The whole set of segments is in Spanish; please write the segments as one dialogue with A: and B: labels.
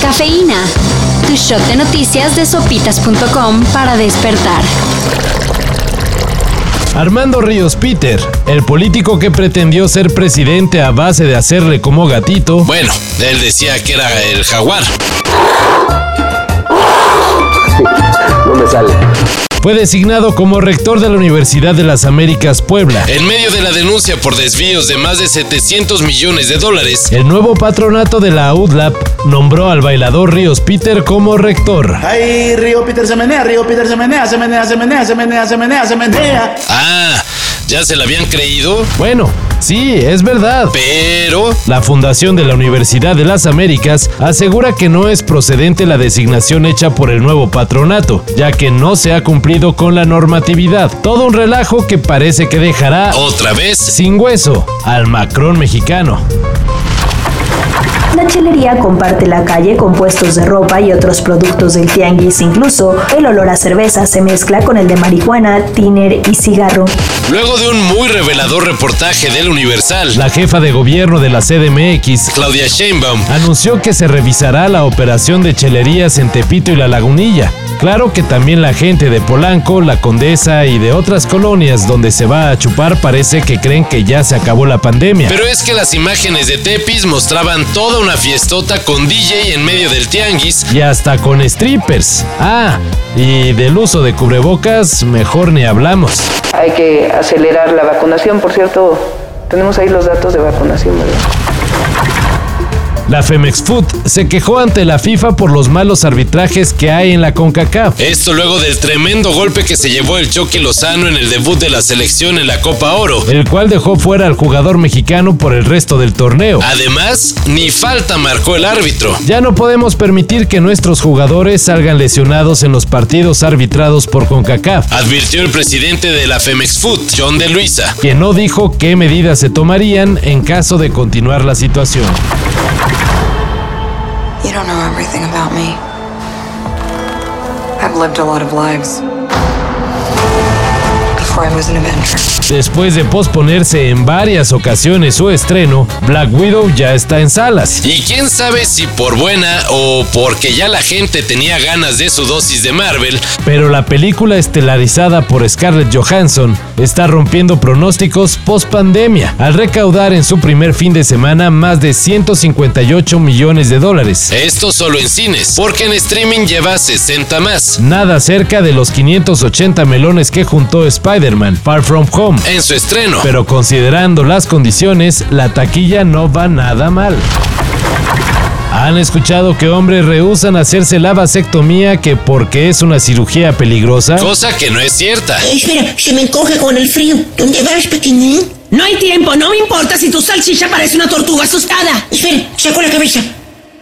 A: Cafeína. Tu shot de noticias de sopitas.com para despertar.
B: Armando Ríos Peter, el político que pretendió ser presidente a base de hacerle como gatito,
C: Bueno, él decía que era el jaguar.
D: No me sale.
B: fue designado como rector de la Universidad de las Américas Puebla.
C: En medio de la denuncia por desvíos de más de 700 millones de dólares,
B: El nuevo patronato de la UDLAP nombró al bailador Ríos Peter como rector.
E: Ay, Río Peter se menea, Río Peter se menea, se menea, se menea, se menea, se menea, se menea.
C: ah, ya se la habían creído,
B: Bueno, sí, es verdad.
C: pero
B: La Fundación de la Universidad de las Américas asegura que no es procedente la designación hecha por el nuevo patronato, ya que no se ha cumplido con la normatividad. Todo un relajo que parece que dejará
C: otra vez
B: sin hueso al Macron mexicano.
F: La chelería comparte la calle con puestos de ropa y otros productos del tianguis, incluso el olor a cerveza se mezcla con el de marihuana, tiner y cigarro.
C: Luego de un muy revelador reportaje del Universal,
B: La jefa de gobierno de la CDMX
C: Claudia Sheinbaum
B: anunció que se revisará la operación de chelerías en Tepito y La Lagunilla. Claro que también la gente de Polanco, La Condesa y de otras colonias donde se va a chupar parece que creen que ya se acabó la pandemia.
C: Pero es que las imágenes de Tepis mostraban toda una fiestota con DJ en medio del tianguis.
B: y hasta con strippers. Ah, y del uso de cubrebocas, mejor ni hablamos.
G: hay que acelerar la vacunación. Por cierto, tenemos ahí los datos de vacunación, ¿verdad?
B: La Femex Food se quejó ante la FIFA por los malos arbitrajes que hay en la CONCACAF.
C: Esto luego del tremendo golpe que se llevó el Chucky Lozano en el debut de la selección en la Copa Oro.
B: El cual dejó fuera al jugador mexicano por el resto del torneo.
C: Además, ni falta marcó el árbitro.
B: Ya no podemos permitir que nuestros jugadores salgan lesionados en los partidos arbitrados por CONCACAF,
C: Advirtió el presidente de la Femex Food, John de Luisa.
B: quien no dijo qué medidas se tomarían en caso de continuar la situación.
H: You don't know everything about me. I've lived a lot of lives before I was an Avenger.
B: Después de posponerse en varias ocasiones su estreno, Black Widow ya está en salas.
C: Y quién sabe si por buena o porque ya la gente tenía ganas de su dosis de Marvel,
B: Pero la película estelarizada por Scarlett Johansson está rompiendo pronósticos post pandemia al recaudar en su primer fin de semana más de 158 millones de dólares.
C: esto solo en cines, porque en streaming lleva 60 más.
B: Nada cerca de los 580 melones que juntó Spider-Man Far From Home.
C: En su estreno,
B: Pero considerando las condiciones, la taquilla no va nada mal. Han escuchado que hombres rehusan hacerse la vasectomía que porque es una cirugía peligrosa.
C: cosa que no es cierta.
I: Espera, se me encoge con el frío. ¿Dónde vas, pequeñín? No hay tiempo, no me importa si tu salchicha parece una tortuga asustada. Espera, sacó la cabeza.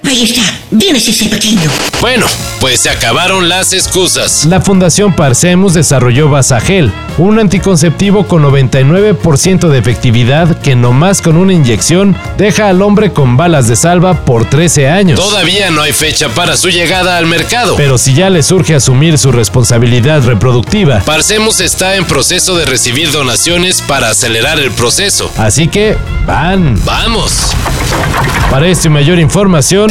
I: Ahí está, bien es ese pequeño.
C: Bueno, pues se acabaron las excusas.
B: La Fundación Parcemus desarrolló Basagel, un anticonceptivo con 99% de efectividad que nomás con una inyección deja al hombre con balas de salva por 13 años.
C: Todavía no hay fecha para su llegada al mercado.
B: Pero si ya le surge asumir su responsabilidad reproductiva,
C: Parcemus está en proceso de recibir donaciones para acelerar el proceso.
B: así que van.
C: ¡Vamos!
B: Para esto y mayor información,